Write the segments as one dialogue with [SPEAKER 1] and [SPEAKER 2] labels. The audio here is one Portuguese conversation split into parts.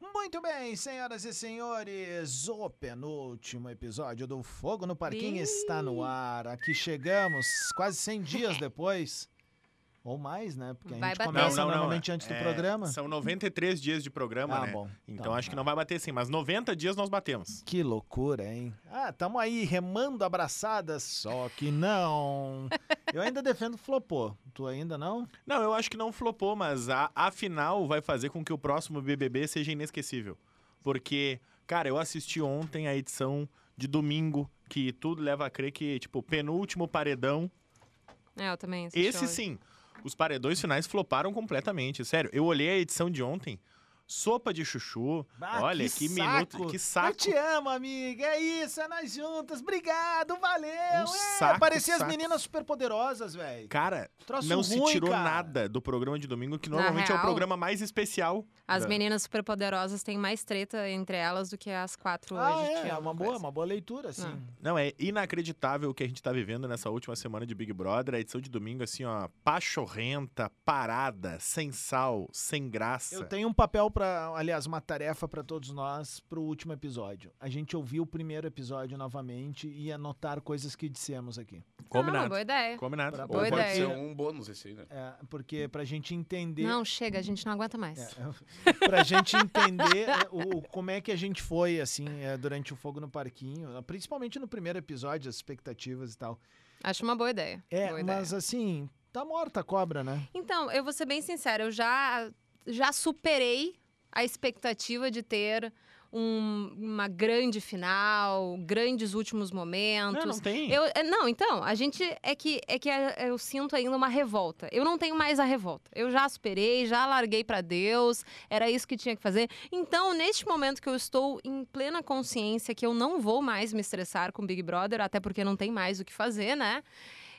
[SPEAKER 1] Muito bem, senhoras e senhores, o penúltimo episódio do Fogo no Parquinho
[SPEAKER 2] Ih.
[SPEAKER 1] está no ar. Aqui chegamos quase 100 dias depois, ou mais, né? Porque a
[SPEAKER 2] Vai
[SPEAKER 1] gente
[SPEAKER 2] bater.
[SPEAKER 1] começa
[SPEAKER 2] Não,
[SPEAKER 1] normalmente
[SPEAKER 3] é-
[SPEAKER 1] antes do
[SPEAKER 3] é,
[SPEAKER 1] programa.
[SPEAKER 3] São 93 dias de programa,
[SPEAKER 1] Ah,
[SPEAKER 3] né?
[SPEAKER 1] bom.
[SPEAKER 3] Então
[SPEAKER 1] Tá,
[SPEAKER 3] acho que
[SPEAKER 1] tá.
[SPEAKER 3] não vai bater sim, mas 90 dias nós batemos.
[SPEAKER 1] Que loucura, hein? Ah, tamo aí remando abraçadas, só que não. Eu ainda defendo flopô. Tu ainda não?
[SPEAKER 3] Não, eu acho que não flopou, mas a, a final vai fazer com que o próximo BBB seja inesquecível. Porque, cara, eu assisti ontem a edição de domingo, que tudo leva a crer que, tipo, penúltimo paredão.
[SPEAKER 2] É, eu também. assisti
[SPEAKER 3] Esse
[SPEAKER 2] hoje.
[SPEAKER 3] sim, os paredões finais floparam completamente. Sério, eu olhei a edição de ontem, sopa de chuchu.
[SPEAKER 1] Ah,
[SPEAKER 3] Olha, que, minuto, que saco.
[SPEAKER 1] Eu te amo, amiga. É isso, é nós juntas. Obrigado, valeu.
[SPEAKER 3] Um
[SPEAKER 1] é,
[SPEAKER 3] saco,
[SPEAKER 1] parecia as
[SPEAKER 3] saco.
[SPEAKER 1] meninas superpoderosas, velho.
[SPEAKER 3] Cara,
[SPEAKER 1] Troço
[SPEAKER 3] não se
[SPEAKER 1] ruim,
[SPEAKER 3] tirou
[SPEAKER 1] cara.
[SPEAKER 3] nada do programa de domingo, que normalmente é o
[SPEAKER 2] real,
[SPEAKER 3] programa mais especial.
[SPEAKER 2] As
[SPEAKER 3] da-
[SPEAKER 2] meninas superpoderosas têm mais treta entre elas do que as quatro
[SPEAKER 1] Ah,
[SPEAKER 2] hoje.
[SPEAKER 1] é,
[SPEAKER 2] tinha
[SPEAKER 1] é uma boa,
[SPEAKER 2] coisa.
[SPEAKER 1] uma boa leitura, assim.
[SPEAKER 2] Não.
[SPEAKER 3] Não, é inacreditável o que a gente tá vivendo nessa última semana de Big Brother. A edição de domingo, assim, ó, pachorrenta, parada, sem sal, sem graça.
[SPEAKER 1] Eu tenho um papel para, aliás, uma tarefa para todos nós pro último episódio. A gente ouvir o primeiro episódio novamente e anotar coisas que dissemos aqui.
[SPEAKER 2] Não, uma
[SPEAKER 3] Combinado.
[SPEAKER 2] boa ideia.
[SPEAKER 3] Combinado.
[SPEAKER 1] Pra-
[SPEAKER 3] Ou
[SPEAKER 2] Boa
[SPEAKER 3] pode
[SPEAKER 2] ideia.
[SPEAKER 3] ser
[SPEAKER 4] Pode
[SPEAKER 3] um-
[SPEAKER 4] ser um bônus esse aí, né?
[SPEAKER 1] É, porque pra gente entender
[SPEAKER 2] Não, chega, a gente não aguenta mais.
[SPEAKER 1] É, pra gente entender é, o, o- como é que a gente foi, assim, é, durante o Fogo no Parquinho, ah, principalmente no primeiro episódio, as expectativas e tal.
[SPEAKER 2] Acho uma boa ideia.
[SPEAKER 1] É,
[SPEAKER 2] boa ideia.
[SPEAKER 1] mas assim, tá morta a cobra, né?
[SPEAKER 2] Então, eu vou ser bem sincera, eu já, já superei a expectativa de ter um- uma grande final, grandes últimos momentos.
[SPEAKER 3] Não, não tem.
[SPEAKER 2] Eu, é, não, então, a gente. É que, é que é, eu sinto ainda uma revolta. Eu não tenho mais a revolta. Eu já superei, já larguei pra Deus, era isso que tinha que fazer. Então, neste momento que eu estou em plena consciência que eu não vou mais me estressar com Big Brother, até porque não tem mais o que fazer, né?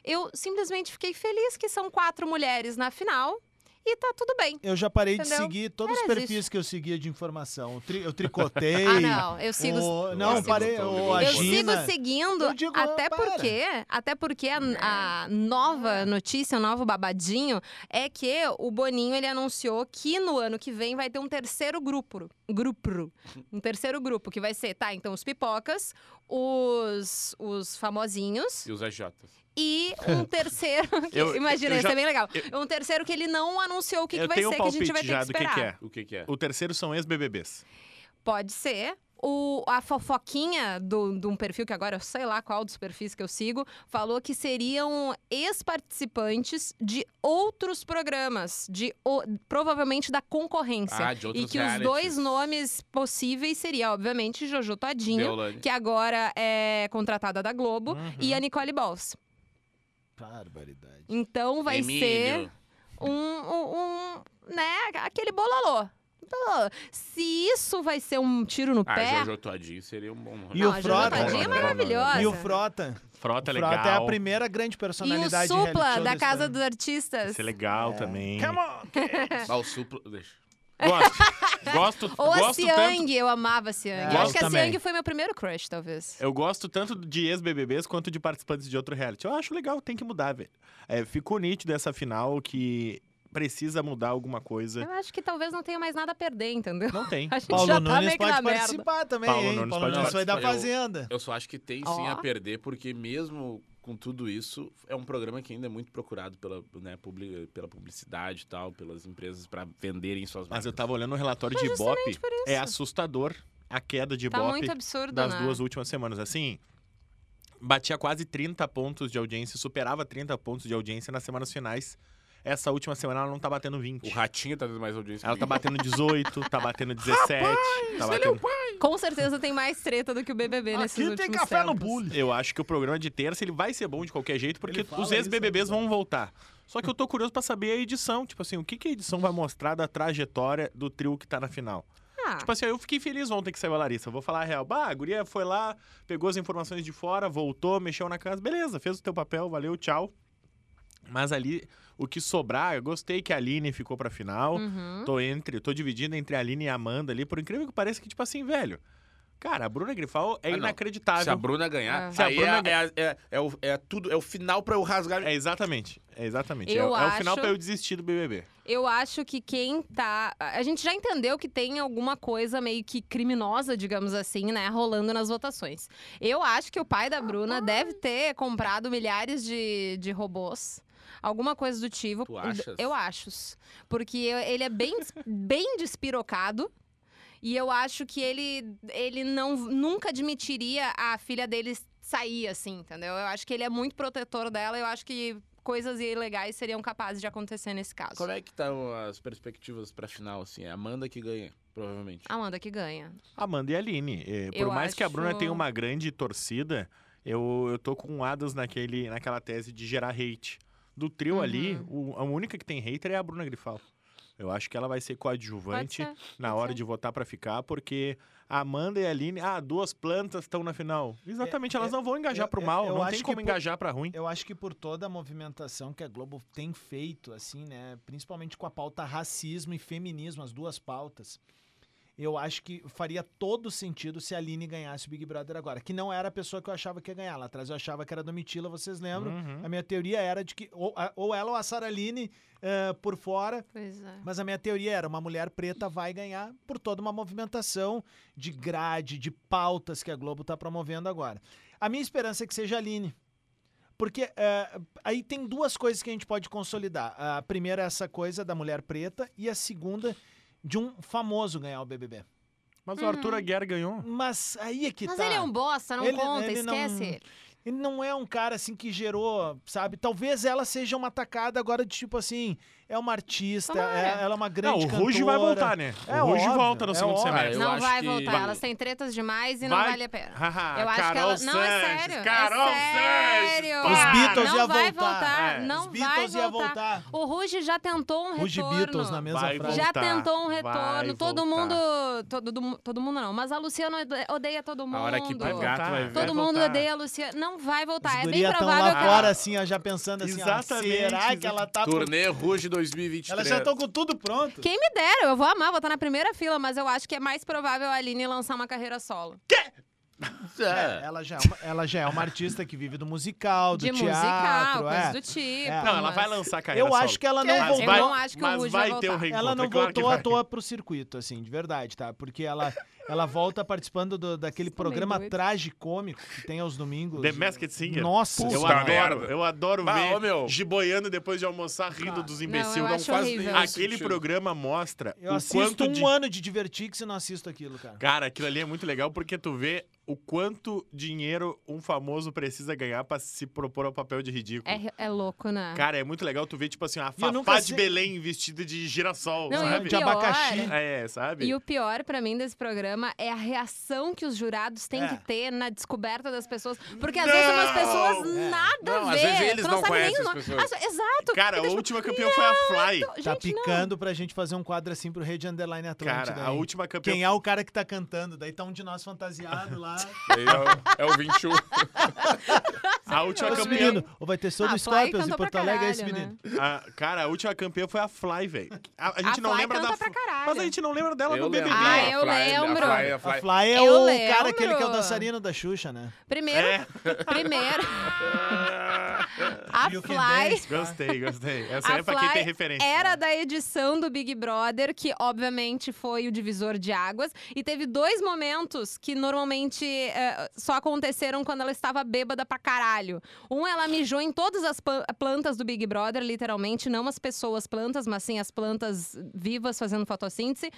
[SPEAKER 2] Eu simplesmente fiquei feliz que são quatro mulheres na final e tá tudo bem.
[SPEAKER 1] Eu já parei de
[SPEAKER 2] Entendeu?
[SPEAKER 1] seguir todos os
[SPEAKER 2] Era
[SPEAKER 1] perfis
[SPEAKER 2] isso.
[SPEAKER 1] que eu seguia de informação. Eu, tri- eu tricotei.
[SPEAKER 2] Ah, não, eu sigo.
[SPEAKER 1] o- não,
[SPEAKER 4] Eu
[SPEAKER 1] parei.
[SPEAKER 4] sigo-
[SPEAKER 1] O, a
[SPEAKER 2] Eu
[SPEAKER 1] Gina,
[SPEAKER 2] sigo seguindo,
[SPEAKER 1] Eu digo,
[SPEAKER 2] até
[SPEAKER 1] para.
[SPEAKER 2] porque, até porque a,
[SPEAKER 3] Né.
[SPEAKER 2] a nova notícia, o novo babadinho é que o Boninho ele anunciou que no ano que vem vai ter um terceiro grupo, grupo, um terceiro grupo que vai ser, tá? Então os pipocas, os os famosinhos
[SPEAKER 4] E os agiatas.
[SPEAKER 2] e um terceiro. que-
[SPEAKER 3] Eu-
[SPEAKER 2] imagina,
[SPEAKER 3] eu
[SPEAKER 2] isso
[SPEAKER 3] já-
[SPEAKER 2] é bem legal. Um terceiro que ele não anunciou o que, que
[SPEAKER 3] eu
[SPEAKER 2] vai
[SPEAKER 3] tenho
[SPEAKER 2] ser,
[SPEAKER 3] um
[SPEAKER 2] que a
[SPEAKER 3] palpite
[SPEAKER 2] gente vai ter
[SPEAKER 3] já
[SPEAKER 2] que
[SPEAKER 3] do que,
[SPEAKER 2] esperar.
[SPEAKER 3] que é.
[SPEAKER 4] O que que é?
[SPEAKER 3] O terceiro são ex-BBBs.
[SPEAKER 2] Pode ser. O, a fofoquinha do- de um perfil, que agora eu sei lá qual dos perfis que eu sigo, falou que seriam ex-participantes de outros programas, de o- provavelmente da concorrência.
[SPEAKER 4] Ah, de outros
[SPEAKER 2] e que os dois
[SPEAKER 4] realities.
[SPEAKER 2] nomes possíveis seria, obviamente, Jojo Todinho,
[SPEAKER 4] Deolane.
[SPEAKER 2] que agora é contratada da Globo,
[SPEAKER 3] Uhum.
[SPEAKER 2] e a Nicole Balls.
[SPEAKER 1] Barbaridade.
[SPEAKER 2] Então vai ser
[SPEAKER 4] Emílio.
[SPEAKER 2] um, um, um, né, aquele bololô. Bololô. Se isso vai ser um tiro no pé,
[SPEAKER 4] Ah, Jojo Todinho seria um bom nome.
[SPEAKER 1] E o
[SPEAKER 2] a Jojo
[SPEAKER 1] Frota?
[SPEAKER 2] Todinho é
[SPEAKER 4] Bom nome,
[SPEAKER 2] maravilhosa.
[SPEAKER 1] E o Frota?
[SPEAKER 3] Frota
[SPEAKER 1] o
[SPEAKER 3] é
[SPEAKER 1] Frota
[SPEAKER 3] legal.
[SPEAKER 1] é a primeira grande
[SPEAKER 2] E o
[SPEAKER 1] personalidade reality
[SPEAKER 2] Supla,
[SPEAKER 1] show
[SPEAKER 2] da
[SPEAKER 1] desse
[SPEAKER 2] Casa
[SPEAKER 1] ano.
[SPEAKER 2] dos Artistas.
[SPEAKER 3] Esse é legal também.
[SPEAKER 1] Come on!
[SPEAKER 4] Ah, o Supla... Deixa.
[SPEAKER 3] Gosto. gosto,
[SPEAKER 2] Ou a
[SPEAKER 3] gosto tanto.
[SPEAKER 2] Siang, eu amava a Siang.
[SPEAKER 1] Ah,
[SPEAKER 2] Eu acho que a
[SPEAKER 3] gosto também. É
[SPEAKER 2] Siang foi meu primeiro crush, talvez.
[SPEAKER 3] Eu gosto tanto de ex-BBBs quanto de participantes de outro reality. Eu acho legal, tem que mudar, velho. É, ficou nítido essa final que precisa mudar alguma coisa.
[SPEAKER 2] Eu acho que talvez não tenha mais nada a perder, entendeu?
[SPEAKER 3] Não tem.
[SPEAKER 2] A gente
[SPEAKER 1] Paulo
[SPEAKER 2] já tá
[SPEAKER 1] Nunes
[SPEAKER 2] meio que
[SPEAKER 1] pode
[SPEAKER 2] na merda.
[SPEAKER 1] participar também,
[SPEAKER 3] Paulo
[SPEAKER 1] hein?
[SPEAKER 3] Nunes
[SPEAKER 1] Paulo
[SPEAKER 3] pode
[SPEAKER 1] Nunes vai da
[SPEAKER 4] participar. Eu-
[SPEAKER 1] Fazenda.
[SPEAKER 4] Eu só acho que tem sim
[SPEAKER 2] Ó.
[SPEAKER 4] a perder, porque mesmo com tudo isso, é um programa que ainda é muito procurado pela, né, publi- pela publicidade e tal, pelas empresas pra venderem suas marcas.
[SPEAKER 3] Mas eu tava olhando o relatório de
[SPEAKER 2] Mas justamente
[SPEAKER 3] Ibope.
[SPEAKER 2] por isso.
[SPEAKER 3] É assustador a queda de
[SPEAKER 2] Tá
[SPEAKER 3] Ibope
[SPEAKER 2] muito absurdo,
[SPEAKER 3] das
[SPEAKER 2] né?
[SPEAKER 3] duas um últimas semanas. Assim, batia quase 30 pontos de audiência, superava 30 pontos de audiência nas semanas finais. Essa última semana ela não tá batendo 20.
[SPEAKER 4] O Ratinho tá tendo mais audiência
[SPEAKER 3] Ela
[SPEAKER 4] que
[SPEAKER 3] tá
[SPEAKER 4] o-
[SPEAKER 3] batendo 18, tá batendo 17, tá batendo
[SPEAKER 2] Com certeza tem mais treta do que o BBB nesses
[SPEAKER 1] Aqui
[SPEAKER 2] últimos
[SPEAKER 1] tem café no
[SPEAKER 2] tempos.
[SPEAKER 1] bule.
[SPEAKER 3] Eu acho que o programa de terça ele vai ser bom de qualquer jeito, porque
[SPEAKER 1] Ele fala
[SPEAKER 3] os ex-BBBs
[SPEAKER 1] isso, né?
[SPEAKER 3] vão voltar. Só que eu tô curioso pra saber a edição. Tipo assim, o que, que a edição vai mostrar da trajetória do trio que tá na final?
[SPEAKER 2] Ah,
[SPEAKER 3] Tipo assim, eu fiquei feliz ontem que saiu a Larissa. Eu Vou falar a real. Bah, a guria foi lá, pegou as informações de fora, voltou, mexeu na casa. Beleza, fez o teu papel, valeu, tchau. Mas ali, o que sobrar, eu gostei que a Aline ficou pra final.
[SPEAKER 2] uhum.
[SPEAKER 3] Tô entre, tô dividindo entre a Aline e a Amanda ali. Por incrível que pareça que, tipo assim, velho. Cara, a Bruna Grifal é
[SPEAKER 4] Ah, não.
[SPEAKER 3] inacreditável.
[SPEAKER 4] Se a Bruna ganhar,
[SPEAKER 2] É.
[SPEAKER 3] Se a
[SPEAKER 4] aí
[SPEAKER 3] Bruna
[SPEAKER 4] é, é, é, é o, é tudo, é o final pra eu rasgar.
[SPEAKER 3] É exatamente, é exatamente.
[SPEAKER 2] Eu
[SPEAKER 3] é, é o final
[SPEAKER 2] acho-
[SPEAKER 3] pra eu desistir do BBB.
[SPEAKER 2] Eu acho que quem tá. A a gente já entendeu que tem alguma coisa meio que criminosa, digamos assim, né? Rolando nas votações. Eu acho que o pai da Bruna deve ter comprado milhares de, de robôs. Alguma coisa do tipo.
[SPEAKER 4] Tu achas?
[SPEAKER 2] Eu acho. Porque eu- ele é bem, des- bem despirocado. E eu acho que ele, ele não, nunca admitiria a filha dele sair, assim, entendeu? Eu acho que ele é muito protetor dela. Eu acho que coisas ilegais seriam capazes de acontecer nesse caso.
[SPEAKER 4] Como é que estão as perspectivas pra final, assim? É a Amanda que ganha, provavelmente.
[SPEAKER 2] Amanda que ganha.
[SPEAKER 3] Amanda e Aline. eh, por
[SPEAKER 2] Eu
[SPEAKER 3] mais que a Bruna
[SPEAKER 2] acho-
[SPEAKER 3] tenha uma grande torcida, eu, eu tô com adas naquele, naquela tese de gerar hate. Do trio ali,
[SPEAKER 2] Uhum.
[SPEAKER 3] o- a única que tem hater é a Bruna Grifal. Eu acho que ela vai ser
[SPEAKER 2] Pode
[SPEAKER 3] coadjuvante
[SPEAKER 2] ser.
[SPEAKER 3] na
[SPEAKER 2] pode
[SPEAKER 3] hora
[SPEAKER 2] ser.
[SPEAKER 3] de votar pra ficar, porque a Amanda e a Aline, ah, duas plantas estão na final. Exatamente, elas
[SPEAKER 1] é-
[SPEAKER 3] não vão engajar
[SPEAKER 1] eu-
[SPEAKER 3] pro
[SPEAKER 1] eu-
[SPEAKER 3] mal,
[SPEAKER 1] eu
[SPEAKER 3] não
[SPEAKER 1] acho
[SPEAKER 3] tem
[SPEAKER 1] que
[SPEAKER 3] como
[SPEAKER 1] por-
[SPEAKER 3] engajar pra ruim.
[SPEAKER 1] Eu acho que por toda a movimentação que a Globo tem feito, assim, né? Principalmente com a pauta racismo e feminismo, as duas pautas. Eu acho que faria todo sentido se a Aline ganhasse o Big Brother agora. Que não era a pessoa que eu achava que ia ganhar. Lá atrás eu achava que era a Domitila, vocês lembram?
[SPEAKER 3] Uhum.
[SPEAKER 1] A minha teoria era de que ou, a- ou ela ou a Sara Aline eh, por fora
[SPEAKER 2] Pois é.
[SPEAKER 1] mas a minha teoria era: uma mulher preta vai ganhar por toda uma movimentação de grade, de pautas que a Globo está promovendo agora. A minha esperança é que seja a Aline. Porque eh, aí tem duas coisas que a gente pode consolidar. A primeira é essa coisa da mulher preta, e a segunda, de um famoso ganhar o BBB.
[SPEAKER 3] Mas o Arthur
[SPEAKER 2] Uhum.
[SPEAKER 3] Aguiar ganhou.
[SPEAKER 1] Mas aí é que
[SPEAKER 2] Mas
[SPEAKER 1] tá.
[SPEAKER 2] ele é um bosta, não
[SPEAKER 1] Ele-
[SPEAKER 2] conta,
[SPEAKER 1] ele não-
[SPEAKER 2] esquece.
[SPEAKER 1] Ele não é um cara assim que gerou, sabe? Talvez ela seja uma atacada agora de tipo assim, é uma artista,
[SPEAKER 2] Tomara.
[SPEAKER 1] é- ela é uma grande
[SPEAKER 3] não, o
[SPEAKER 1] cantora.
[SPEAKER 3] Ruge vai voltar, né?
[SPEAKER 1] É
[SPEAKER 3] o Ruge
[SPEAKER 1] óbvio,
[SPEAKER 3] volta no
[SPEAKER 1] é
[SPEAKER 3] segundo
[SPEAKER 1] óbvio.
[SPEAKER 3] semestre.
[SPEAKER 4] eu
[SPEAKER 2] não
[SPEAKER 4] acho
[SPEAKER 2] vai
[SPEAKER 4] que-
[SPEAKER 2] voltar,
[SPEAKER 4] Vai.
[SPEAKER 2] elas têm tretas demais e não
[SPEAKER 3] Vai.
[SPEAKER 2] vale a pena.
[SPEAKER 3] Haha,
[SPEAKER 2] Eu acho que
[SPEAKER 3] Carol
[SPEAKER 2] ela- não, é
[SPEAKER 3] Sanches,
[SPEAKER 2] sério, é
[SPEAKER 3] Carol
[SPEAKER 2] sério.
[SPEAKER 3] Sanches,
[SPEAKER 2] Os
[SPEAKER 3] pá!
[SPEAKER 1] Beatles
[SPEAKER 2] Não
[SPEAKER 1] ia
[SPEAKER 2] vai
[SPEAKER 1] voltar.
[SPEAKER 2] voltar,
[SPEAKER 3] É,
[SPEAKER 2] não
[SPEAKER 1] Os
[SPEAKER 2] vai
[SPEAKER 1] Beatles ia
[SPEAKER 2] voltar.
[SPEAKER 1] voltar.
[SPEAKER 2] O Ruge já tentou um
[SPEAKER 1] Ruge
[SPEAKER 2] retorno.
[SPEAKER 1] Beatles na mesma
[SPEAKER 3] Vai
[SPEAKER 1] frase.
[SPEAKER 2] Já
[SPEAKER 3] Voltar,
[SPEAKER 2] tentou um
[SPEAKER 3] vai
[SPEAKER 2] retorno. Todo
[SPEAKER 3] voltar.
[SPEAKER 2] mundo. Todo, dum- todo mundo não. Mas a Luciana ode- odeia todo mundo.
[SPEAKER 4] a hora que
[SPEAKER 3] Vai
[SPEAKER 4] o gato
[SPEAKER 3] voltar.
[SPEAKER 4] vai ver.
[SPEAKER 2] Todo
[SPEAKER 3] vai
[SPEAKER 2] mundo
[SPEAKER 3] voltar.
[SPEAKER 2] odeia a Luciana. Não vai voltar.
[SPEAKER 1] As
[SPEAKER 2] é bem
[SPEAKER 1] gurias estão
[SPEAKER 2] provável
[SPEAKER 1] lá
[SPEAKER 2] que
[SPEAKER 1] fora,
[SPEAKER 2] ela.
[SPEAKER 1] assim, ó, já pensando assim, ó,
[SPEAKER 3] Exatamente,
[SPEAKER 1] será que ela tá... Pro...
[SPEAKER 4] Turnê Rouge 2023.
[SPEAKER 1] Elas já estão com tudo pronto.
[SPEAKER 2] Quem me dera, eu vou amar, vou estar na primeira fila, mas eu acho que é mais provável a Aline lançar uma carreira solo.
[SPEAKER 1] É,
[SPEAKER 4] É.
[SPEAKER 1] ela, já é uma, ela já é uma artista que vive do musical, do
[SPEAKER 2] de
[SPEAKER 1] teatro.
[SPEAKER 2] musical,
[SPEAKER 1] é.
[SPEAKER 2] coisas do tipo.
[SPEAKER 1] É.
[SPEAKER 3] Não, ela
[SPEAKER 2] mas-
[SPEAKER 3] vai lançar a carreira
[SPEAKER 1] Eu acho que ela não
[SPEAKER 2] Mas
[SPEAKER 1] voltou.
[SPEAKER 2] vai- não acho que o Rude vai
[SPEAKER 3] ter o
[SPEAKER 2] voltar.
[SPEAKER 3] reencontro,
[SPEAKER 1] Ela não
[SPEAKER 3] é claro que
[SPEAKER 1] voltou à
[SPEAKER 3] vai.
[SPEAKER 1] toa pro circuito, assim, de verdade, tá? Porque ela, ela volta participando do- daquele
[SPEAKER 2] Vocês estão meio
[SPEAKER 1] programa
[SPEAKER 2] doidos.
[SPEAKER 1] tragicômico que tem aos domingos.
[SPEAKER 3] The Masked Singer.
[SPEAKER 1] Nossa,
[SPEAKER 3] eu
[SPEAKER 1] senhora.
[SPEAKER 3] adoro,
[SPEAKER 4] merda.
[SPEAKER 3] eu adoro
[SPEAKER 4] Bah,
[SPEAKER 3] ver
[SPEAKER 4] ô, meu.
[SPEAKER 3] giboiando depois de almoçar rindo
[SPEAKER 1] Claro.
[SPEAKER 3] dos
[SPEAKER 2] Não,
[SPEAKER 3] imbecil.
[SPEAKER 2] eu
[SPEAKER 3] Não
[SPEAKER 2] acho
[SPEAKER 3] faz
[SPEAKER 2] horrível.
[SPEAKER 3] nenhum
[SPEAKER 2] Não faz
[SPEAKER 3] Aquele
[SPEAKER 4] sentido.
[SPEAKER 3] programa mostra
[SPEAKER 1] Eu
[SPEAKER 3] o
[SPEAKER 1] assisto
[SPEAKER 3] quanto
[SPEAKER 1] um
[SPEAKER 3] de...
[SPEAKER 1] ano de Divertix e não assisto aquilo, cara.
[SPEAKER 3] Cara, aquilo ali é muito legal porque tu vê o quanto dinheiro um famoso precisa ganhar pra se propor ao papel de ridículo.
[SPEAKER 2] É, é louco, né?
[SPEAKER 3] Cara, é muito legal tu ver, tipo assim, a
[SPEAKER 1] E eu nunca
[SPEAKER 3] Fafá de
[SPEAKER 1] sei-
[SPEAKER 3] Belém vestida de girassol,
[SPEAKER 2] Não, e o
[SPEAKER 1] De
[SPEAKER 3] sabe?
[SPEAKER 2] pior-
[SPEAKER 1] abacaxi.
[SPEAKER 3] É, sabe?
[SPEAKER 2] E o pior pra mim desse programa é a reação que os jurados têm
[SPEAKER 1] É.
[SPEAKER 2] que ter na descoberta das pessoas. Porque às vezes umas pessoas
[SPEAKER 1] É.
[SPEAKER 2] nada
[SPEAKER 4] Não,
[SPEAKER 2] a ver.
[SPEAKER 4] às vezes eles
[SPEAKER 2] tu
[SPEAKER 4] não
[SPEAKER 2] sabe nem
[SPEAKER 4] conhecem
[SPEAKER 2] o
[SPEAKER 4] as
[SPEAKER 2] nome.
[SPEAKER 4] pessoas.
[SPEAKER 2] Ah, exato.
[SPEAKER 3] Cara, a última campeã foi a Fly.
[SPEAKER 2] Gente,
[SPEAKER 1] Tá picando pra gente fazer um quadro assim pro Rede Underline Atlântida.
[SPEAKER 3] Cara, a
[SPEAKER 1] aí.
[SPEAKER 3] última campeã
[SPEAKER 1] Quem é o cara que tá cantando? Daí tá um de nós fantasiado lá.
[SPEAKER 4] É, o 21.
[SPEAKER 3] A última
[SPEAKER 1] Esse
[SPEAKER 3] campeã.
[SPEAKER 1] menino. tá Ou vai ter show
[SPEAKER 2] Ah,
[SPEAKER 1] do
[SPEAKER 2] Fly
[SPEAKER 1] Scorpions em
[SPEAKER 2] cantou pra
[SPEAKER 1] Porto Alegre, é esse
[SPEAKER 2] caralho, né?
[SPEAKER 1] menino.
[SPEAKER 3] a- cara, a última campeã foi a Fly, velho. A, a gente
[SPEAKER 2] A
[SPEAKER 3] não
[SPEAKER 2] Fly
[SPEAKER 3] lembra da.
[SPEAKER 2] canta pra caralho.
[SPEAKER 3] Mas a gente não lembra dela no BBB.
[SPEAKER 2] Ah, eu lembro.
[SPEAKER 4] é A
[SPEAKER 1] A
[SPEAKER 4] Fly, a Fly.
[SPEAKER 1] Fly é
[SPEAKER 2] Eu
[SPEAKER 1] o
[SPEAKER 2] lembro.
[SPEAKER 1] cara aquele que é o dançarino da Xuxa, né?
[SPEAKER 2] Primeiro, primeiro. a
[SPEAKER 1] You can
[SPEAKER 2] Fly.
[SPEAKER 1] dance.
[SPEAKER 3] Gostei, gostei. Essa aí
[SPEAKER 2] A
[SPEAKER 3] é pra quem tem
[SPEAKER 2] Fly
[SPEAKER 3] referência.
[SPEAKER 2] era
[SPEAKER 1] né?
[SPEAKER 2] da edição do Big Brother, que obviamente foi o divisor de águas. E teve dois momentos que normalmente eh, só aconteceram quando ela estava bêbada pra caralho. Um, ela mijou em todas as pan- plantas do Big Brother, literalmente, não as pessoas plantas, mas sim as plantas vivas fazendo fotossíntese,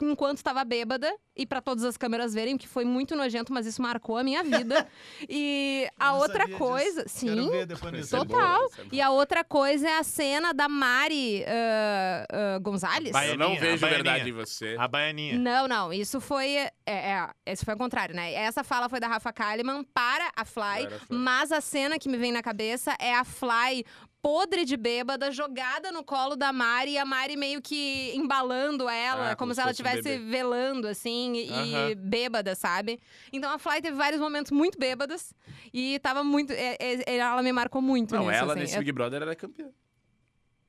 [SPEAKER 2] enquanto estava bêbada. E pra todas as câmeras verem, que foi muito nojento, mas isso marcou a minha vida. e
[SPEAKER 1] Eu
[SPEAKER 2] a
[SPEAKER 1] não
[SPEAKER 2] outra
[SPEAKER 1] sabia disso.
[SPEAKER 2] coisa. Sim.
[SPEAKER 1] Quero ver depois nesse
[SPEAKER 4] Isso é
[SPEAKER 1] bolo.
[SPEAKER 2] Total.
[SPEAKER 4] bom, isso é bom.
[SPEAKER 2] e a outra coisa é a cena da Mari ah, ah, Gonzalez.
[SPEAKER 3] Vai-
[SPEAKER 4] Eu não
[SPEAKER 3] Baianinha,
[SPEAKER 4] vejo
[SPEAKER 3] a
[SPEAKER 4] verdade em
[SPEAKER 3] baianinha.
[SPEAKER 4] você.
[SPEAKER 3] A Baianinha.
[SPEAKER 2] Não, não. Isso foi. É, é, esse foi o contrário, né? Essa fala foi da Rafa Kalimann para a Fly,
[SPEAKER 4] Para é a Fly.
[SPEAKER 2] mas a cena que me vem na cabeça é a Fly podre de bêbada, jogada no colo da Mari e a Mari meio que embalando ela,
[SPEAKER 4] Ah,
[SPEAKER 2] como
[SPEAKER 4] como
[SPEAKER 2] se
[SPEAKER 4] se
[SPEAKER 2] ela
[SPEAKER 4] fosse um
[SPEAKER 2] estivesse
[SPEAKER 4] bebê.
[SPEAKER 2] velando, assim, e, e
[SPEAKER 3] Aham.
[SPEAKER 2] bêbada, sabe? Então a Fly teve vários momentos muito bêbados e tava muito. é, é, ela me marcou muito
[SPEAKER 4] Não,
[SPEAKER 2] nisso,
[SPEAKER 4] ela é
[SPEAKER 2] assim.
[SPEAKER 4] nesse
[SPEAKER 2] Eu-
[SPEAKER 4] Big Brother era campeã.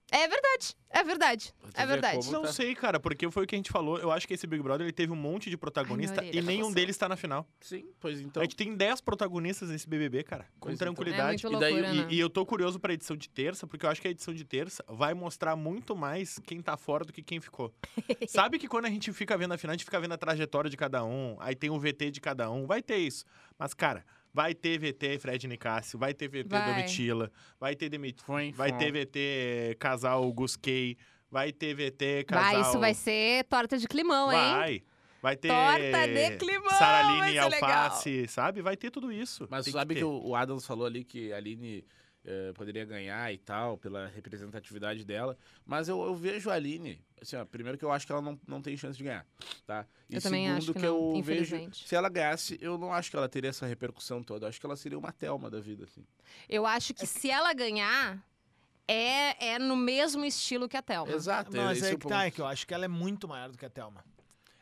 [SPEAKER 2] É verdade, é verdade,
[SPEAKER 4] Pra tu
[SPEAKER 2] é
[SPEAKER 4] ver
[SPEAKER 2] verdade.
[SPEAKER 4] como- tá.
[SPEAKER 3] Não
[SPEAKER 4] Puta.
[SPEAKER 3] sei, cara, porque foi o que a gente falou. Eu acho que esse Big Brother ele teve um monte de protagonista
[SPEAKER 2] Ai, minha orelha
[SPEAKER 3] e
[SPEAKER 2] tá
[SPEAKER 3] nenhum
[SPEAKER 2] coçando.
[SPEAKER 3] deles tá na final.
[SPEAKER 4] Sim, pois então.
[SPEAKER 3] A gente tem 10 protagonistas nesse BBB, cara, com
[SPEAKER 4] Pois então.
[SPEAKER 3] tranquilidade.
[SPEAKER 2] É muito
[SPEAKER 4] E daí-
[SPEAKER 2] loucura, né?
[SPEAKER 3] E, e eu tô curioso pra edição de terça, porque eu acho que a edição de terça vai mostrar muito mais quem tá fora do que quem ficou. Sabe que quando a gente fica vendo a final, a gente fica vendo a trajetória de cada um, aí tem o VT de cada um, vai ter isso. Mas, cara, vai ter VT Fred Nicásio, vai ter VT
[SPEAKER 2] Vai.
[SPEAKER 3] Domitila, vai ter Demit...
[SPEAKER 4] Foi,
[SPEAKER 3] vai
[SPEAKER 4] foi.
[SPEAKER 3] ter VT casal Gusquei, vai ter VT casal...
[SPEAKER 2] Vai, isso vai ser torta de climão, hein?
[SPEAKER 3] Vai. Vai ter
[SPEAKER 2] Torta de climão, vai
[SPEAKER 3] Saraline
[SPEAKER 2] ser
[SPEAKER 3] Alface, sabe? Vai ter tudo isso.
[SPEAKER 4] Mas
[SPEAKER 3] Tem
[SPEAKER 4] sabe
[SPEAKER 3] ter.
[SPEAKER 4] que, o o Adams falou ali que a Aline eh, poderia ganhar e tal, pela representatividade dela. Mas eu, eu vejo a Aline. Assim, ó, primeiro que eu acho que ela não, não tem chance de ganhar. Tá? E
[SPEAKER 2] Eu também
[SPEAKER 4] segundo
[SPEAKER 2] acho que
[SPEAKER 4] eu
[SPEAKER 2] não,
[SPEAKER 4] vejo.
[SPEAKER 2] infelizmente.
[SPEAKER 4] Se ela ganhasse, eu não acho que ela teria essa repercussão toda. Eu acho que ela seria uma Thelma da vida, assim.
[SPEAKER 2] Eu acho que se ela ganhar, é, é no mesmo estilo que a Thelma.
[SPEAKER 4] Exato.
[SPEAKER 1] Mas
[SPEAKER 4] esse
[SPEAKER 1] é
[SPEAKER 4] o
[SPEAKER 1] que
[SPEAKER 4] ponto.
[SPEAKER 1] tá, é que eu acho que ela é muito maior do que a Thelma.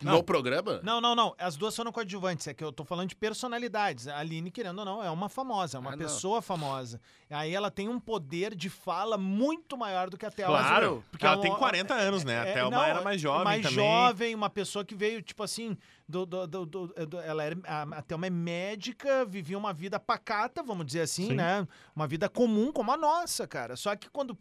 [SPEAKER 4] No programa?
[SPEAKER 1] Não, não, não. As duas foram coadjuvantes. É que eu tô falando de personalidades. A Aline, querendo ou não, é uma famosa, é uma
[SPEAKER 4] Ah, não.
[SPEAKER 1] pessoa famosa. Aí ela tem um poder de fala muito maior do que a Thelma.
[SPEAKER 3] Claro, porque ela
[SPEAKER 1] é
[SPEAKER 3] tem
[SPEAKER 1] uma-
[SPEAKER 3] 40 anos, né? A
[SPEAKER 1] É,
[SPEAKER 3] Thelma
[SPEAKER 1] não,
[SPEAKER 3] era mais jovem
[SPEAKER 1] mais
[SPEAKER 3] também.
[SPEAKER 1] jovem, uma pessoa que veio, tipo assim, do, do- do- do- do- ela era, a, a Thelma é médica, vivia uma vida pacata, vamos dizer assim,
[SPEAKER 3] Sim.
[SPEAKER 1] né? Uma vida comum como a nossa, cara. Só que quando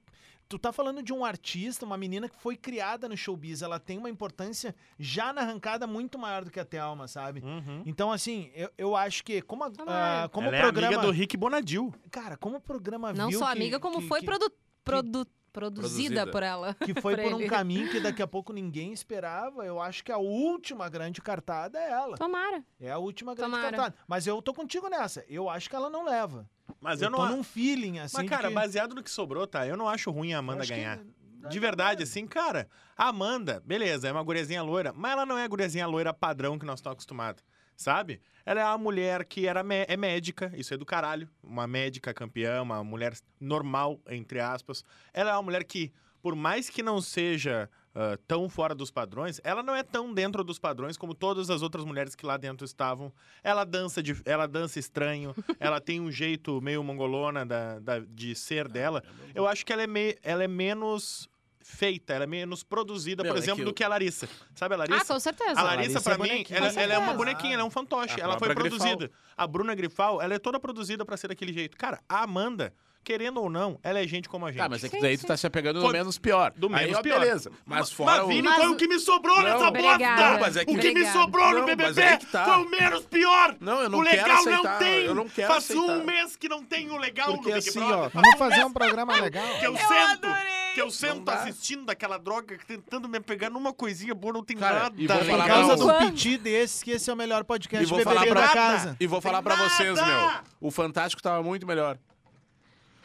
[SPEAKER 1] tu tá falando de um artista, uma menina que foi criada no showbiz, ela tem uma importância já na arrancada muito maior do que a Thelma, sabe?
[SPEAKER 3] Uhum.
[SPEAKER 1] Então, assim, eu, eu acho que como, a-
[SPEAKER 2] Ela é.
[SPEAKER 1] ah, como
[SPEAKER 3] Ela
[SPEAKER 1] o programa...
[SPEAKER 3] é amiga do Rick Bonadil.
[SPEAKER 1] Cara, como o programa
[SPEAKER 2] Não
[SPEAKER 1] viu
[SPEAKER 2] só
[SPEAKER 1] que-
[SPEAKER 2] amiga, como
[SPEAKER 1] que-
[SPEAKER 2] foi
[SPEAKER 1] que-
[SPEAKER 2] produ- produ- produzida,
[SPEAKER 4] Produzida.
[SPEAKER 2] por ela.
[SPEAKER 1] que foi
[SPEAKER 2] pra
[SPEAKER 1] por um
[SPEAKER 2] ele.
[SPEAKER 1] caminho que daqui a pouco ninguém esperava. Eu acho que a última grande cartada é ela.
[SPEAKER 2] Tomara. Ah,
[SPEAKER 1] É a última grande
[SPEAKER 2] Tomara.
[SPEAKER 1] cartada. Mas eu tô contigo nessa. Eu acho que ela não leva.
[SPEAKER 3] Mas eu,
[SPEAKER 1] eu,
[SPEAKER 3] não
[SPEAKER 1] tô
[SPEAKER 3] a-
[SPEAKER 1] num feeling assim.
[SPEAKER 3] Mas,
[SPEAKER 1] de
[SPEAKER 3] cara,
[SPEAKER 1] que...
[SPEAKER 3] baseado no que sobrou, tá? Eu não acho ruim a Amanda
[SPEAKER 1] acho que
[SPEAKER 3] ganhar.
[SPEAKER 1] não
[SPEAKER 3] De
[SPEAKER 1] é
[SPEAKER 3] verdade, assim, cara, a Amanda, beleza, é uma gurezinha loira, mas ela não é a gurezinha loira padrão que nós estamos acostumados, sabe? Ela é uma mulher que era mé- é médica, isso é do caralho, uma médica campeã, uma mulher normal, entre aspas. Ela é uma mulher que, por mais que não seja ah, tão fora dos padrões, ela não é tão dentro dos padrões como todas as outras mulheres que lá dentro estavam. Ela dança, de, ela dança estranho, ela tem um jeito meio mongolona da- da- de ser dela. Eu acho que ela é, me- ela é menos feita, ela é menos produzida,
[SPEAKER 4] Meu,
[SPEAKER 3] por
[SPEAKER 4] é
[SPEAKER 3] exemplo,
[SPEAKER 4] que eu-
[SPEAKER 3] do que a Larissa. Sabe a
[SPEAKER 2] Ah,
[SPEAKER 3] Larissa?
[SPEAKER 2] com certeza.
[SPEAKER 3] a Larissa,
[SPEAKER 1] Larissa
[SPEAKER 3] pra
[SPEAKER 1] é
[SPEAKER 3] mim,
[SPEAKER 1] bonequinha.
[SPEAKER 3] ela,
[SPEAKER 2] Com
[SPEAKER 3] ela é uma
[SPEAKER 2] certeza.
[SPEAKER 3] bonequinha, ela é um fantoche.
[SPEAKER 4] A
[SPEAKER 3] ela foi
[SPEAKER 4] própria Grifal.
[SPEAKER 3] produzida. A Bruna Grifal, ela é toda produzida pra ser daquele jeito. Cara, a Amanda, querendo ou não, ela é gente como a gente.
[SPEAKER 4] Tá, mas é que
[SPEAKER 2] Sim,
[SPEAKER 4] daí
[SPEAKER 2] sim.
[SPEAKER 4] tu tá se apegando
[SPEAKER 3] Foi-
[SPEAKER 4] no menos pior.
[SPEAKER 3] Do
[SPEAKER 4] Aí,
[SPEAKER 3] menos
[SPEAKER 4] ó,
[SPEAKER 3] pior.
[SPEAKER 4] beleza. Mas fora o...
[SPEAKER 3] Vini,
[SPEAKER 2] Mas
[SPEAKER 3] foi
[SPEAKER 2] o-
[SPEAKER 3] o que me sobrou
[SPEAKER 4] Não,
[SPEAKER 3] nessa
[SPEAKER 2] obrigada,
[SPEAKER 3] bosta!
[SPEAKER 4] mas é que-
[SPEAKER 3] O que me
[SPEAKER 2] obrigada.
[SPEAKER 3] sobrou no
[SPEAKER 4] Não,
[SPEAKER 3] BBB
[SPEAKER 4] mas é que tá.
[SPEAKER 3] foi o menos pior!
[SPEAKER 4] Não, eu não
[SPEAKER 3] o
[SPEAKER 4] quero
[SPEAKER 3] legal
[SPEAKER 4] aceitar.
[SPEAKER 3] não tem!
[SPEAKER 4] Eu não quero
[SPEAKER 3] Faz
[SPEAKER 4] aceitar.
[SPEAKER 3] um mês que não tem o legal
[SPEAKER 4] Porque
[SPEAKER 3] no Big
[SPEAKER 4] assim,
[SPEAKER 3] Brother.
[SPEAKER 4] ó,
[SPEAKER 3] Faz
[SPEAKER 5] Vamos
[SPEAKER 3] um
[SPEAKER 5] fazer
[SPEAKER 3] mês
[SPEAKER 5] um programa legal.
[SPEAKER 3] que eu,
[SPEAKER 2] Eu
[SPEAKER 3] sento,
[SPEAKER 2] adorei.
[SPEAKER 3] que eu sento
[SPEAKER 4] dá.
[SPEAKER 3] assistindo daquela droga, tentando me pegar numa coisinha boa, não tem
[SPEAKER 4] Cara,
[SPEAKER 3] nada.
[SPEAKER 4] e vou
[SPEAKER 1] Por
[SPEAKER 4] falar
[SPEAKER 1] causa
[SPEAKER 4] pra
[SPEAKER 1] do
[SPEAKER 4] vocês.
[SPEAKER 1] piti desses, que esse é o melhor
[SPEAKER 4] E
[SPEAKER 1] podcast
[SPEAKER 4] vou falar
[SPEAKER 1] BBB
[SPEAKER 4] pra
[SPEAKER 1] da casa.
[SPEAKER 4] E vou falar
[SPEAKER 3] Tem
[SPEAKER 4] pra vocês,
[SPEAKER 3] nada!
[SPEAKER 4] meu. O Fantástico tava muito melhor.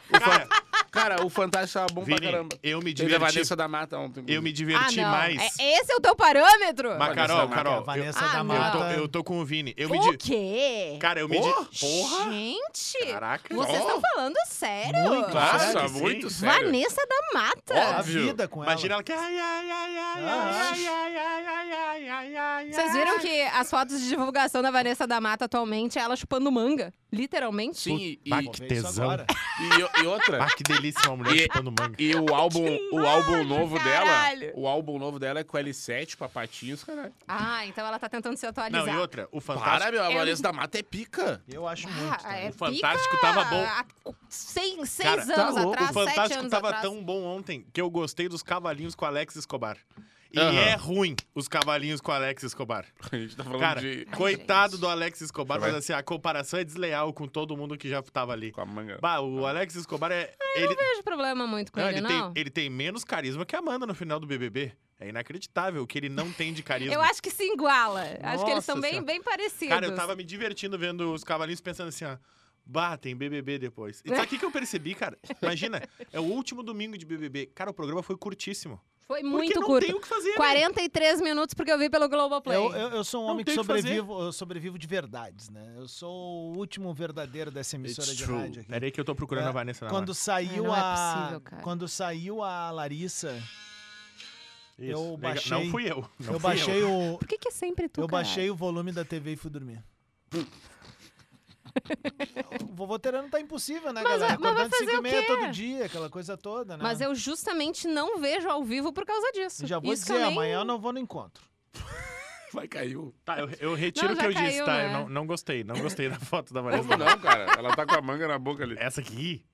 [SPEAKER 3] Cara,
[SPEAKER 4] Cara, o Fantástico tava bom pra
[SPEAKER 3] Vini,
[SPEAKER 4] caramba.
[SPEAKER 3] eu me
[SPEAKER 4] Teve a
[SPEAKER 3] diverti.
[SPEAKER 4] Vanessa da Mata ontem.
[SPEAKER 3] Eu me
[SPEAKER 2] Ah,
[SPEAKER 3] diverti
[SPEAKER 2] não.
[SPEAKER 3] mais.
[SPEAKER 2] É- esse é o teu parâmetro?
[SPEAKER 3] Mas,
[SPEAKER 4] Vanessa
[SPEAKER 3] Carol,
[SPEAKER 4] da Mata,
[SPEAKER 3] Carol,
[SPEAKER 1] a Vanessa
[SPEAKER 2] eu- Ah,
[SPEAKER 1] da
[SPEAKER 2] não.
[SPEAKER 3] eu, tô,
[SPEAKER 1] Mata.
[SPEAKER 3] eu tô com o Vini. Eu me
[SPEAKER 2] O
[SPEAKER 3] di...
[SPEAKER 2] quê?
[SPEAKER 3] Cara, eu me
[SPEAKER 4] Oh!
[SPEAKER 3] di... Porra!
[SPEAKER 2] Gente,
[SPEAKER 3] Caraca.
[SPEAKER 2] vocês
[SPEAKER 3] ó.
[SPEAKER 2] estão falando sério?
[SPEAKER 1] Muito.
[SPEAKER 4] Nossa,
[SPEAKER 3] Claro que
[SPEAKER 4] muito
[SPEAKER 3] sim.
[SPEAKER 4] sério.
[SPEAKER 2] Vanessa da Mata.
[SPEAKER 1] a
[SPEAKER 4] óbvio.
[SPEAKER 1] vida com ela.
[SPEAKER 3] Imagina ela que... Ai, ai, ai, ai,
[SPEAKER 1] Ah.
[SPEAKER 3] ai, ai, ai, ai, ai, ai, ai,
[SPEAKER 2] Vocês viram que as fotos de divulgação da Vanessa da Mata atualmente é ela chupando manga, literalmente.
[SPEAKER 4] Sim, e,
[SPEAKER 3] Bah,
[SPEAKER 1] Vou
[SPEAKER 3] que
[SPEAKER 1] ver isso
[SPEAKER 3] tesão.
[SPEAKER 1] agora.
[SPEAKER 4] e- e outra.
[SPEAKER 3] Ah, que delícia uma mulher
[SPEAKER 4] E-
[SPEAKER 3] chupando manga.
[SPEAKER 4] E o álbum, o álbum novo
[SPEAKER 2] caralho.
[SPEAKER 4] dela, o álbum novo dela é com L7, papatinhos, caralho.
[SPEAKER 2] Ah, então ela tá tentando se atualizar.
[SPEAKER 3] Não, e outra, o Fantástico...
[SPEAKER 4] Para, meu, a
[SPEAKER 2] Eu-
[SPEAKER 4] Vanessa da Mata é pica.
[SPEAKER 1] Eu acho
[SPEAKER 2] Ah,
[SPEAKER 1] muito. tá?
[SPEAKER 2] é
[SPEAKER 3] O Fantástico tava bom.
[SPEAKER 2] Há seis, seis
[SPEAKER 3] Cara,
[SPEAKER 2] anos
[SPEAKER 4] tá louco,
[SPEAKER 2] atrás,
[SPEAKER 3] O Fantástico
[SPEAKER 2] sete anos
[SPEAKER 3] tava
[SPEAKER 2] atrás.
[SPEAKER 3] tão bom ontem que eu gostei dos cavalinhos com Alex Escobar. E
[SPEAKER 4] Aham.
[SPEAKER 3] é ruim os cavalinhos com Alex Escobar.
[SPEAKER 4] A gente tá falando
[SPEAKER 3] Cara,
[SPEAKER 4] de...
[SPEAKER 3] coitado
[SPEAKER 2] gente.
[SPEAKER 3] do Alex Escobar,
[SPEAKER 4] Vai.
[SPEAKER 3] mas assim, a comparação é desleal com todo mundo que já tava ali.
[SPEAKER 4] Com a manga.
[SPEAKER 3] Bah, o
[SPEAKER 4] Ah.
[SPEAKER 3] Alex Escobar é. ele,
[SPEAKER 2] Não vejo problema muito com
[SPEAKER 3] não,
[SPEAKER 2] ele,
[SPEAKER 3] ele
[SPEAKER 2] não.
[SPEAKER 3] Tem, ele tem menos carisma que a Amanda no final do BBB. É inacreditável o que ele não tem de carisma.
[SPEAKER 2] Eu acho que se iguala. acho que eles são
[SPEAKER 3] Nossa
[SPEAKER 2] bem,
[SPEAKER 3] Senhora.
[SPEAKER 2] bem parecidos.
[SPEAKER 3] Cara, eu tava me divertindo vendo os cavalinhos pensando assim, ó. Bah, tem BBB depois. E sabe o que, que eu percebi, cara? Imagina, é o último domingo de BBB. Cara, o programa foi curtíssimo.
[SPEAKER 2] Foi
[SPEAKER 3] Porque
[SPEAKER 2] muito
[SPEAKER 3] não
[SPEAKER 2] curto.
[SPEAKER 3] tem o que fazer, né?
[SPEAKER 2] 43 minutos, porque eu vi pelo Globoplay.
[SPEAKER 1] Eu, eu, eu sou um
[SPEAKER 3] Não
[SPEAKER 1] homem que
[SPEAKER 3] tem o que fazer.
[SPEAKER 1] sobrevivo, eu sobrevivo de verdades, né? Eu sou o último verdadeiro dessa emissora
[SPEAKER 4] It's
[SPEAKER 1] de
[SPEAKER 4] true.
[SPEAKER 1] rádio aqui.
[SPEAKER 3] Peraí que eu tô procurando
[SPEAKER 1] É,
[SPEAKER 3] a Vanessa na
[SPEAKER 1] Quando
[SPEAKER 2] Ai,
[SPEAKER 1] saiu
[SPEAKER 2] não é
[SPEAKER 1] a.
[SPEAKER 2] possível, cara.
[SPEAKER 1] Quando saiu a Larissa, eu
[SPEAKER 3] mão. Legal.
[SPEAKER 1] baixei-
[SPEAKER 3] Não fui eu. Não
[SPEAKER 1] eu
[SPEAKER 3] fui
[SPEAKER 1] baixei o.
[SPEAKER 2] Por que, que é sempre tu,
[SPEAKER 1] Eu
[SPEAKER 2] cara?
[SPEAKER 1] baixei o volume da TV e fui dormir. O vovô Terano tá impossível, né,
[SPEAKER 2] Mas
[SPEAKER 1] galera?
[SPEAKER 2] vai- mas vai
[SPEAKER 1] Acordando 5 e
[SPEAKER 2] fazer o
[SPEAKER 1] meia
[SPEAKER 2] quê?
[SPEAKER 1] todo dia, aquela coisa toda, né?
[SPEAKER 2] Mas eu justamente não vejo ao vivo por causa disso.
[SPEAKER 1] Já vou
[SPEAKER 2] Isso
[SPEAKER 1] dizer,
[SPEAKER 2] também-
[SPEAKER 1] amanhã eu não vou no encontro.
[SPEAKER 4] Vai, caiu.
[SPEAKER 3] Tá, eu, eu retiro
[SPEAKER 2] Não,
[SPEAKER 3] o que
[SPEAKER 2] já
[SPEAKER 3] eu
[SPEAKER 2] caiu,
[SPEAKER 3] disse, tá?
[SPEAKER 2] né?
[SPEAKER 3] Eu não, não gostei, não gostei da foto da Vanessa.
[SPEAKER 4] Como não, cara? Ela tá com a manga na boca ali.
[SPEAKER 3] Essa aqui,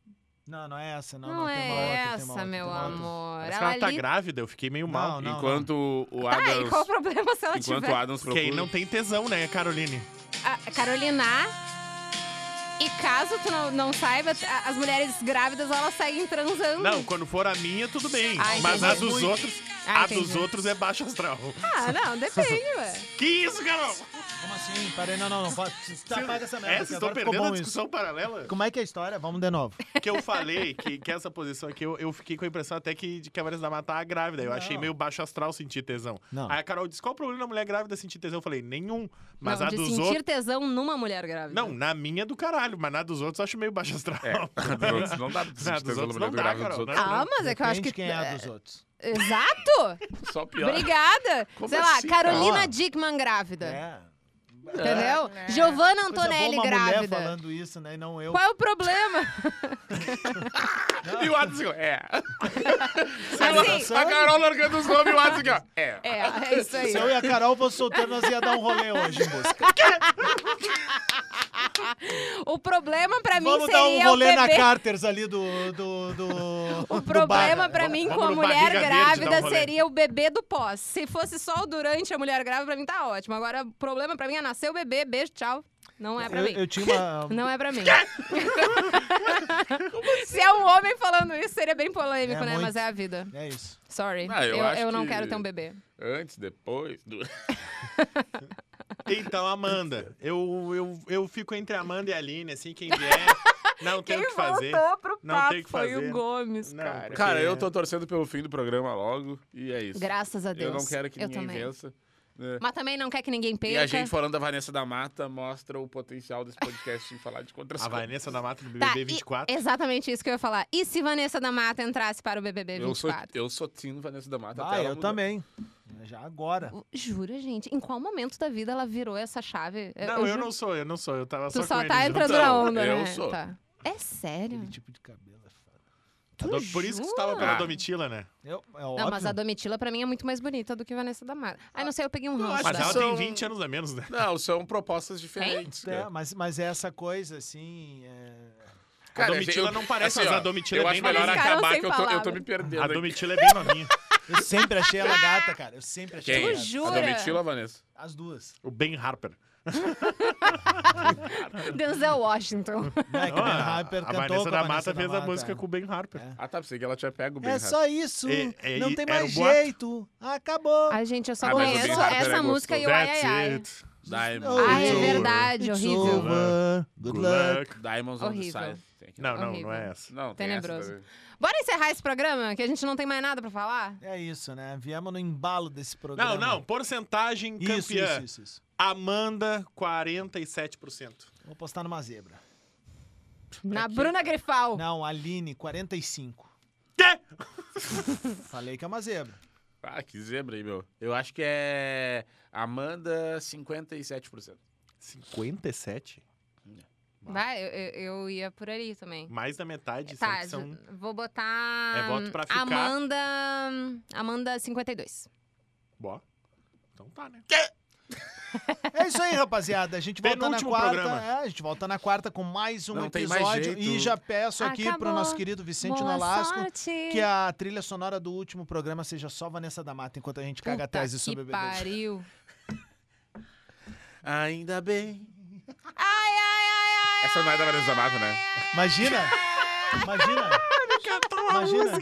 [SPEAKER 1] Não, não é essa, não.
[SPEAKER 2] Não,
[SPEAKER 1] Não, tem uma outra,
[SPEAKER 2] é
[SPEAKER 1] tem uma
[SPEAKER 2] essa,
[SPEAKER 1] outra, tem
[SPEAKER 2] meu
[SPEAKER 1] uma outra.
[SPEAKER 2] amor.
[SPEAKER 3] parece que ela tá
[SPEAKER 2] ali-
[SPEAKER 3] grávida, eu fiquei meio
[SPEAKER 1] Não,
[SPEAKER 3] mal.
[SPEAKER 1] não,
[SPEAKER 4] enquanto o
[SPEAKER 2] Tá, e
[SPEAKER 4] Adams.
[SPEAKER 2] qual o problema se ela
[SPEAKER 4] enquanto
[SPEAKER 2] tiver?
[SPEAKER 4] o Adams procura.
[SPEAKER 3] Quem não tem tesão, né, Caroline?
[SPEAKER 2] A Carolina. E caso tu não, não saiba, a- as mulheres grávidas elas seguem transando.
[SPEAKER 3] Não, quando for a minha, tudo bem.
[SPEAKER 2] Hum. Ah,
[SPEAKER 3] mas a
[SPEAKER 2] entendi.
[SPEAKER 3] dos outros,
[SPEAKER 2] Ah,
[SPEAKER 3] a dos
[SPEAKER 2] entendi.
[SPEAKER 3] outros é baixo astral.
[SPEAKER 2] Ah, não, depende, ué.
[SPEAKER 3] Que isso, Carol?
[SPEAKER 1] Como assim? Peraí, não, não, não. pode- Tá, apaga essa merda.
[SPEAKER 3] Essa,
[SPEAKER 1] que
[SPEAKER 3] estou
[SPEAKER 1] agora ficou
[SPEAKER 3] perdendo a
[SPEAKER 1] bom isso.
[SPEAKER 3] discussão paralela.
[SPEAKER 1] Como é que é a história? Vamos de novo.
[SPEAKER 3] Que eu falei que, que essa posição aqui, eu, eu fiquei com a impressão até que de que a Vanessa da Mata tá grávida. Eu
[SPEAKER 1] Não.
[SPEAKER 3] achei meio baixo astral sentir tesão.
[SPEAKER 1] Não.
[SPEAKER 3] Aí a Carol disse, qual o problema da mulher grávida sentir tesão? Eu falei, nenhum. Mas
[SPEAKER 2] não,
[SPEAKER 3] a
[SPEAKER 2] de
[SPEAKER 3] dos
[SPEAKER 2] sentir
[SPEAKER 3] outros...
[SPEAKER 2] tesão numa mulher grávida.
[SPEAKER 3] Não, na minha é do caralho, mas na dos outros eu acho meio baixo astral.
[SPEAKER 4] É, dos outros não dá pra
[SPEAKER 3] Não,
[SPEAKER 4] sentir
[SPEAKER 3] dos
[SPEAKER 4] tesão
[SPEAKER 3] outros
[SPEAKER 4] no
[SPEAKER 3] não
[SPEAKER 4] Brasil
[SPEAKER 3] dá,
[SPEAKER 4] grávida
[SPEAKER 3] Carol,
[SPEAKER 4] dos outros.
[SPEAKER 2] Ah, mas é que eu acho
[SPEAKER 1] Depende
[SPEAKER 2] que.
[SPEAKER 1] quem é a dos outros.
[SPEAKER 2] Exato!
[SPEAKER 3] né?
[SPEAKER 4] Só pior.
[SPEAKER 2] Obrigada!
[SPEAKER 4] Como
[SPEAKER 2] Sei lá,
[SPEAKER 4] assim, cara?
[SPEAKER 2] Carolina Dickman grávida.
[SPEAKER 1] É.
[SPEAKER 2] Entendeu? Giovanna
[SPEAKER 1] Coisa boa
[SPEAKER 2] Antonelli
[SPEAKER 1] é, uma mulher
[SPEAKER 2] grávida.
[SPEAKER 1] falando isso, né? E não eu.
[SPEAKER 2] Qual é o problema?
[SPEAKER 4] E o Adams assim, ó, é.
[SPEAKER 2] assim,
[SPEAKER 4] A Carol largando os nomes e o Adams aqui, ó, é.
[SPEAKER 2] é, é isso aí.
[SPEAKER 1] Se eu e a Carol fosse solteiro, nós ia dar um rolê hoje em busca.
[SPEAKER 2] O problema pra mim
[SPEAKER 1] Vamos
[SPEAKER 2] seria
[SPEAKER 1] dar um rolê
[SPEAKER 2] o
[SPEAKER 1] na
[SPEAKER 2] bebê.
[SPEAKER 1] Carters ali do. do, do
[SPEAKER 2] O problema pra mim
[SPEAKER 3] Vamos
[SPEAKER 2] com a
[SPEAKER 3] no
[SPEAKER 2] mulher
[SPEAKER 3] Barriga Verde dar
[SPEAKER 2] grávida
[SPEAKER 3] um rolê.
[SPEAKER 2] seria o bebê do pós. Se fosse só o durante a mulher grávida, pra mim tá ótimo. Agora, o problema pra mim é nascer o bebê, beijo, tchau. Não é pra
[SPEAKER 1] Eu,
[SPEAKER 2] mim.
[SPEAKER 1] eu tinha uma.
[SPEAKER 2] Não é pra mim. Se é um homem falando isso, seria bem polêmico,
[SPEAKER 1] É
[SPEAKER 2] né?
[SPEAKER 1] muito.
[SPEAKER 2] Mas é a vida.
[SPEAKER 1] É isso.
[SPEAKER 2] Sorry.
[SPEAKER 4] Ah, eu
[SPEAKER 2] eu
[SPEAKER 4] acho
[SPEAKER 2] não
[SPEAKER 4] que-
[SPEAKER 2] quero ter um bebê.
[SPEAKER 4] Antes, depois. du-
[SPEAKER 3] Então, Amanda, eu, eu, eu fico entre a Amanda e a Aline, assim, quem vier, não tem o que fazer.
[SPEAKER 2] pro
[SPEAKER 3] Não papo tem o que foi o fazer.
[SPEAKER 2] o Gomes,
[SPEAKER 3] Não,
[SPEAKER 2] cara.
[SPEAKER 3] cara.
[SPEAKER 4] Cara, eu tô torcendo pelo fim do programa logo. E é isso.
[SPEAKER 2] Graças a Deus.
[SPEAKER 4] Eu não quero que
[SPEAKER 2] Eu
[SPEAKER 4] ninguém
[SPEAKER 2] também.
[SPEAKER 4] vença. né?
[SPEAKER 2] Mas também não quer que ninguém
[SPEAKER 4] E
[SPEAKER 2] perca.
[SPEAKER 4] a gente falando da Vanessa da Mata mostra o potencial desse podcast em falar de
[SPEAKER 3] A
[SPEAKER 4] contração.
[SPEAKER 3] Vanessa da Mata do BBB
[SPEAKER 2] Tá, e-
[SPEAKER 3] 24.
[SPEAKER 2] exatamente isso que eu ia falar. E se Vanessa da Mata entrasse para o BBB
[SPEAKER 4] Eu sou,
[SPEAKER 2] 24?
[SPEAKER 4] eu sou Tino Vanessa da Mata.
[SPEAKER 1] Ah,
[SPEAKER 4] até ela
[SPEAKER 1] eu
[SPEAKER 4] mudar.
[SPEAKER 1] também. Já agora.
[SPEAKER 2] Jura, gente? Em qual momento da vida ela virou essa chave?
[SPEAKER 3] Não, eu,
[SPEAKER 2] juro-
[SPEAKER 3] não sou, eu não sou. Eu tava
[SPEAKER 2] Tu
[SPEAKER 3] só com
[SPEAKER 2] só
[SPEAKER 3] ele
[SPEAKER 2] tá
[SPEAKER 3] junto.
[SPEAKER 2] entrando
[SPEAKER 4] Então,
[SPEAKER 2] na onda,
[SPEAKER 4] eu
[SPEAKER 2] né?
[SPEAKER 4] sou.
[SPEAKER 2] Tá. É sério?
[SPEAKER 1] Aquele tipo de cabelo é foda.
[SPEAKER 2] Tu
[SPEAKER 3] Ado- Por isso que tu tava pela
[SPEAKER 1] Ah.
[SPEAKER 4] jura?
[SPEAKER 3] Domitila, né?
[SPEAKER 1] Eu, é
[SPEAKER 2] Não,
[SPEAKER 1] óbvio.
[SPEAKER 2] mas a Domitila pra mim é muito mais bonita do que Vanessa da Mata. Ai, não sei, eu peguei um ranço.
[SPEAKER 3] Mas
[SPEAKER 4] que
[SPEAKER 2] dela.
[SPEAKER 3] ela
[SPEAKER 4] são-
[SPEAKER 3] tem 20 anos a menos, né?
[SPEAKER 4] Não, são propostas diferentes.
[SPEAKER 1] É,
[SPEAKER 4] cara.
[SPEAKER 1] mas, mas é essa coisa, assim. é-
[SPEAKER 4] Cara,
[SPEAKER 3] a Domitila
[SPEAKER 4] eu-
[SPEAKER 3] não parece,
[SPEAKER 4] assim,
[SPEAKER 3] mas
[SPEAKER 4] ó,
[SPEAKER 3] a Domitila
[SPEAKER 4] Eu
[SPEAKER 3] é
[SPEAKER 4] acho
[SPEAKER 3] bem
[SPEAKER 4] melhor
[SPEAKER 2] Eles
[SPEAKER 3] novinha.
[SPEAKER 2] ficaram
[SPEAKER 4] acabar
[SPEAKER 2] sem
[SPEAKER 4] que eu tô, eu tô
[SPEAKER 2] palavras.
[SPEAKER 4] me perdendo.
[SPEAKER 3] A
[SPEAKER 4] aqui.
[SPEAKER 3] Domitila é bem novinha.
[SPEAKER 1] Eu sempre achei ela gata, cara. Eu sempre achei
[SPEAKER 4] Quem?
[SPEAKER 1] ela
[SPEAKER 2] Tu
[SPEAKER 1] gata.
[SPEAKER 2] jura?
[SPEAKER 4] A Domitila, Vanessa?
[SPEAKER 1] As duas.
[SPEAKER 3] O Ben Harper.
[SPEAKER 2] Denzel Washington.
[SPEAKER 1] Não, é que o Ben
[SPEAKER 3] Ah,
[SPEAKER 1] Harper
[SPEAKER 3] a
[SPEAKER 1] cantou com
[SPEAKER 3] Vanessa
[SPEAKER 1] a
[SPEAKER 3] da
[SPEAKER 1] Vanessa
[SPEAKER 3] Mata
[SPEAKER 1] da
[SPEAKER 3] fez a
[SPEAKER 1] Mata,
[SPEAKER 3] música
[SPEAKER 1] é.
[SPEAKER 3] com o Ben Harper.
[SPEAKER 1] É.
[SPEAKER 4] Ah, tá, pensei que ela tinha pego o Ben
[SPEAKER 1] É
[SPEAKER 4] Harper.
[SPEAKER 1] só isso.
[SPEAKER 3] É, é,
[SPEAKER 1] não
[SPEAKER 3] e
[SPEAKER 1] tem
[SPEAKER 3] era
[SPEAKER 1] mais
[SPEAKER 3] um boato.
[SPEAKER 1] jeito. Acabou.
[SPEAKER 2] Ai, gente, eu só
[SPEAKER 4] Ah, mas o
[SPEAKER 2] conheço
[SPEAKER 4] Big Brother é
[SPEAKER 2] essa música e o ai,
[SPEAKER 3] That's
[SPEAKER 2] ai, ai.
[SPEAKER 3] it.
[SPEAKER 4] Diamonds.
[SPEAKER 1] Oh,
[SPEAKER 2] Ai, é
[SPEAKER 1] It's over.
[SPEAKER 2] verdade,
[SPEAKER 1] It's
[SPEAKER 2] horrível.
[SPEAKER 1] over. Good
[SPEAKER 3] Good
[SPEAKER 1] luck.
[SPEAKER 3] luck.
[SPEAKER 4] Diamonds on the
[SPEAKER 2] Horrível.
[SPEAKER 4] side. Tem aqui.
[SPEAKER 3] Não, não,
[SPEAKER 2] Horrível.
[SPEAKER 3] não é essa.
[SPEAKER 4] Não, tem essa
[SPEAKER 2] Tenebroso.
[SPEAKER 4] também.
[SPEAKER 2] Bora encerrar esse programa, que a gente não tem mais nada pra falar?
[SPEAKER 1] É isso, né? Viemos no embalo desse programa.
[SPEAKER 3] Não, não. Um Porcentagem campeã.
[SPEAKER 1] Isso, isso, isso, isso.
[SPEAKER 3] Amanda, 47%.
[SPEAKER 1] Vou postar numa zebra.
[SPEAKER 2] Na Bruna Grifal.
[SPEAKER 1] Não, Aline, 45.
[SPEAKER 3] Quê?
[SPEAKER 1] Falei que é uma zebra.
[SPEAKER 4] Ah, que zebra aí, meu. Eu acho que é Amanda, 57%.
[SPEAKER 3] 57?
[SPEAKER 2] Vai, eu, eu- eu ia por ali também.
[SPEAKER 3] Mais da metade
[SPEAKER 2] Tá,
[SPEAKER 3] é são, são-
[SPEAKER 2] ju- vou botar.
[SPEAKER 3] É voto pra ficar.
[SPEAKER 2] Amanda. Amanda 52.
[SPEAKER 3] Bó. Então tá, né?
[SPEAKER 1] É isso aí, rapaziada. A gente volta na
[SPEAKER 3] Penúltimo
[SPEAKER 1] quarta.
[SPEAKER 3] programa.
[SPEAKER 1] É, a gente volta na quarta com mais um
[SPEAKER 4] Não tem mais
[SPEAKER 1] episódio.
[SPEAKER 4] jeito.
[SPEAKER 1] e já peço aqui pro
[SPEAKER 2] Acabou.
[SPEAKER 1] nosso querido Vicente
[SPEAKER 2] Boa
[SPEAKER 1] Nolasco
[SPEAKER 2] sorte.
[SPEAKER 1] que é a trilha sonora do último programa seja só Vanessa da Mata enquanto a gente caga
[SPEAKER 2] Puta
[SPEAKER 1] atrás disso
[SPEAKER 2] que
[SPEAKER 1] sobre bebê.
[SPEAKER 2] pariu.
[SPEAKER 4] Ainda bem. Essa não é da Vanessa Mato, né?
[SPEAKER 1] Imagina! Imagina! Imagina.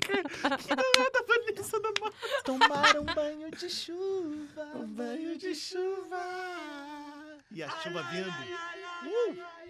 [SPEAKER 1] Tomar um banho de chuva, um banho de chuva. E a chuva vindo. Uh!